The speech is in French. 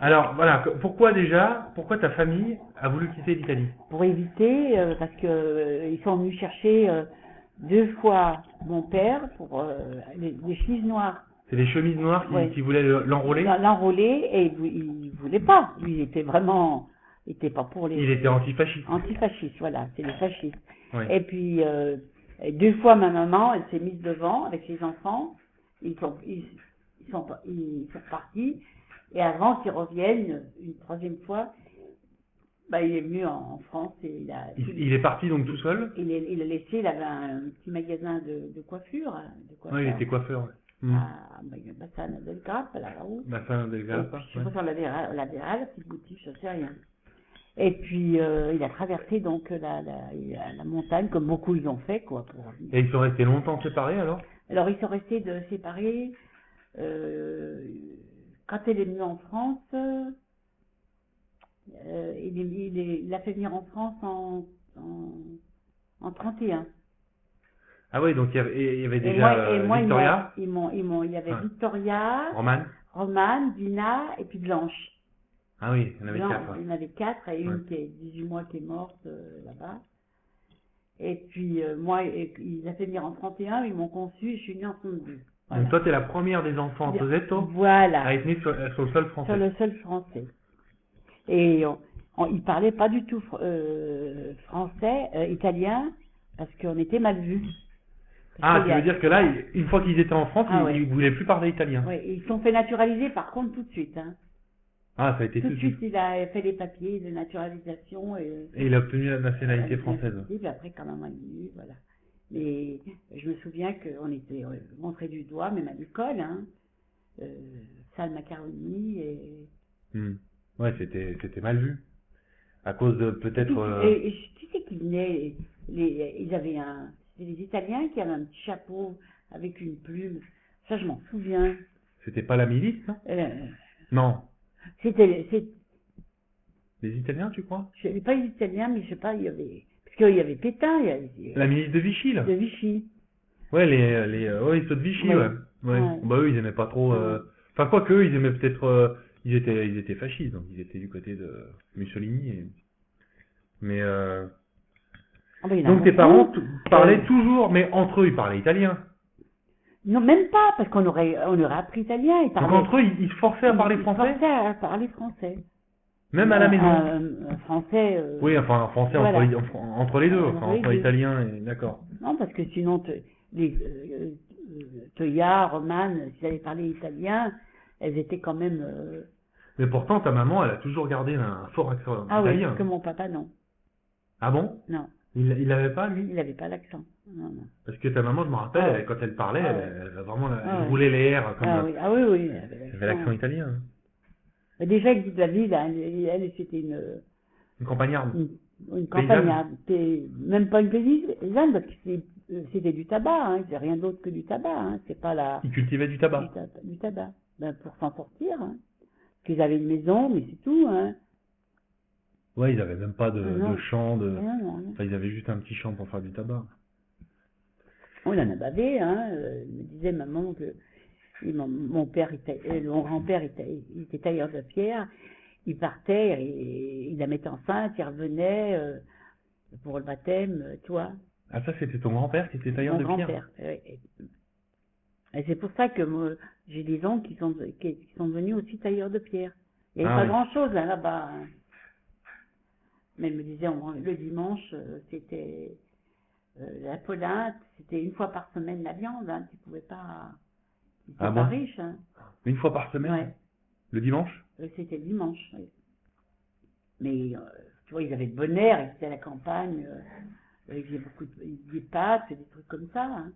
Alors voilà, que- pourquoi déjà, pourquoi ta famille a voulu quitter l'Italie pour éviter, euh, parce que euh, ils sont venus chercher euh, deux fois mon père pour euh, les, les chemises noires, C'est les chemises noires qui, Ouais. qui voulaient le- l'enrôler L'en- l'enrôler, et il vou- il voulait pas. Lui, il était vraiment, il était pas pour les Il était antifasciste. antifascistes, voilà, c'est les fascistes. Ouais. Et puis euh, et deux fois ma maman, elle s'est mise devant avec ses enfants. Ils sont, ils, ils sont, pas- ils sont partis. Et avant qu'ils reviennent une troisième fois, bah, il est venu en, en France et il a, Il, il est parti donc tout seul. il, est- il a laissé, il avait un, petit magasin de, de coiffure. hein, De coiffeur, Ouais, il était coiffeur. ouais. Ah. Hmm. À Bassana del Grappe, là-haut. Ma femme de Et Galles, puis, Je ouais. sais pas si on la verra, on la verra, la petite boutique, je sais rien. Et puis, euh, il a traversé donc la, la, la- la montagne, comme beaucoup ils ont fait, quoi. Pour... Et ils sont restés longtemps séparés alors Alors, ils sont restés de, séparés. euh, quand elle est venue en France, euh, il, est- il, est- il l'a fait venir en France en, en, en 31. Ah oui, donc il y avait, il y avait Et déjà moi, et euh, moi, ils m'ont- Victoria, ils m'ont, ils m'ont, il y avait Ouais. Victoria, Roman. Romane, Dina et puis Blanche. Ah oui, il y en avait Non, quatre. ouais. il y en avait quatre et Ouais. une qui est 18 mois qui est morte euh, là-bas. Et puis euh, moi, et- ils ont fait venir en 31, ils m'ont conçu, je suis née en 32. Voilà. Donc toi, t'es la première des enfants, Bien. Tosetto, à Voilà, être née sur, sur le sol sur français. le sol français. Et on, on- ils parlaient pas du tout fr- euh, français, euh, italien, parce qu'on était mal vus. Ah, Parce qu'il tu y a- veux dire que là, ils- une fois qu'ils étaient en France, Ah ils, ouais. ils voulaient plus parler italien. Ouais, ils se sont fait naturaliser par contre tout de suite. hein. Ah, ça a été Tout tout de de suite. suite, il a fait les papiers de naturalisation et... euh, Et il a obtenu la nationalité Euh, française. oui, puis après, quand maman est venue, voilà. Mais je me souviens qu'on était euh, montrés du doigt, même à l'école, hein. Euh, sale macaroni et. Hmm. Ouais, c'était c'était mal vu. À cause de peut-être. euh, Et, et je- qui c'est qui venait les, Ils avaient un. C'était les Italiens qui avaient un petit chapeau avec une plume. Ça, je m'en souviens. C'était pas la milice, non Euh, Non. c'était. c'est- Les Italiens, tu crois Je sais pas les Italiens, mais je sais pas, il y avait. Parce qu'il y avait Pétain, il y avait. La milice de Vichy, là de Vichy. Ouais, les, les, euh, ouais, ceux de Vichy, ouais. Ouais. ouais. Ouais. Bah, eux, ils aimaient pas trop. euh, Enfin, quoi que, eux, ils aimaient peut-être. euh, Ils, étaient, ils étaient fascistes, donc ils étaient du côté de Mussolini. et- Mais. euh, Ah ben, il y en a Donc, tes beaucoup. parents t- parlaient Euh, toujours, mais entre eux, ils parlaient italien. Non, même pas, parce qu'on aurait, on aurait appris italien. Ils Donc, parlaient entre eux, ils, ils se forçaient à parler Ils français, pensaient à parler français. même à la Un- maison. un- un français. euh, Oui, enfin, en français, entre Voilà. les- en- entre les deux, Entre enfin, les entre deux. l'italien et. D'accord. Non, parce que sinon, te- les euh, euh, Toya, Romane, s'ils avaient parlé italien, elles étaient quand même. euh, Mais pourtant, ta maman, elle a toujours gardé un fort accent Ah oui, italien. que mon papa, non. Ah bon Non, Il il l'avait pas, lui il n'avait pas l'accent. Non, non. Parce que ta maman, je me rappelle, Ah ouais. elle- quand elle parlait, Ah elle, elle vraiment la- elle Ah ouais. roulait les airs comme Ah euh, oui, ah oui, oui. elle avait elle avait l'accent italien. hein. Mais Déjà, elle dit de la ville, hein, elle, elle, c'était une, Une campagnarde. une, une Paysanne. campagnarde. C'était Même pas une paysanne, parce que c'est- euh, c'était du tabac, hein, c'est rien d'autre que du tabac. Hein, c'est pas la. Il cultivait du Du, tabac. tab- du tabac. Ben, pour s'en sortir. Hein. Qu'ils avaient une maison, mais c'est tout. Hein. Ouais, ils avaient même pas de, Ah non. de champ, de... Rien, non, rien. Enfin, ils avaient juste un petit champ pour faire du tabac. On en a bavé. Hein. euh, Il me disait maman que et mon, mon père, était- euh, mon grand-père, était- il était tailleur de pierre. Il partait, et, il la mettait enceinte, il revenait euh, pour le baptême, euh, toi, Ah, ça, c'était ton grand-père qui était tailleur mon de pierre. grand-père. ouais. Et, et c'est pour ça que moi, j'ai des oncles qui sont, qui, qui sont venus aussi tailleurs de pierre. Il n'y avait Ah pas oui. grand-chose hein, là-bas. hein. Mais elle me disait, on- le dimanche, euh, c'était euh, la polinte, c'était une fois par semaine la viande, hein, tu pouvais pas... C'était Ah pas bon riche, hein. Une fois par semaine Ouais. Le dimanche Euh, C'était le dimanche, oui. Mais, euh, tu vois, ils avaient de bon air, ils étaient à la campagne, euh, ils faisaient beaucoup de, ils faisaient des pâtes, des trucs comme ça, hein.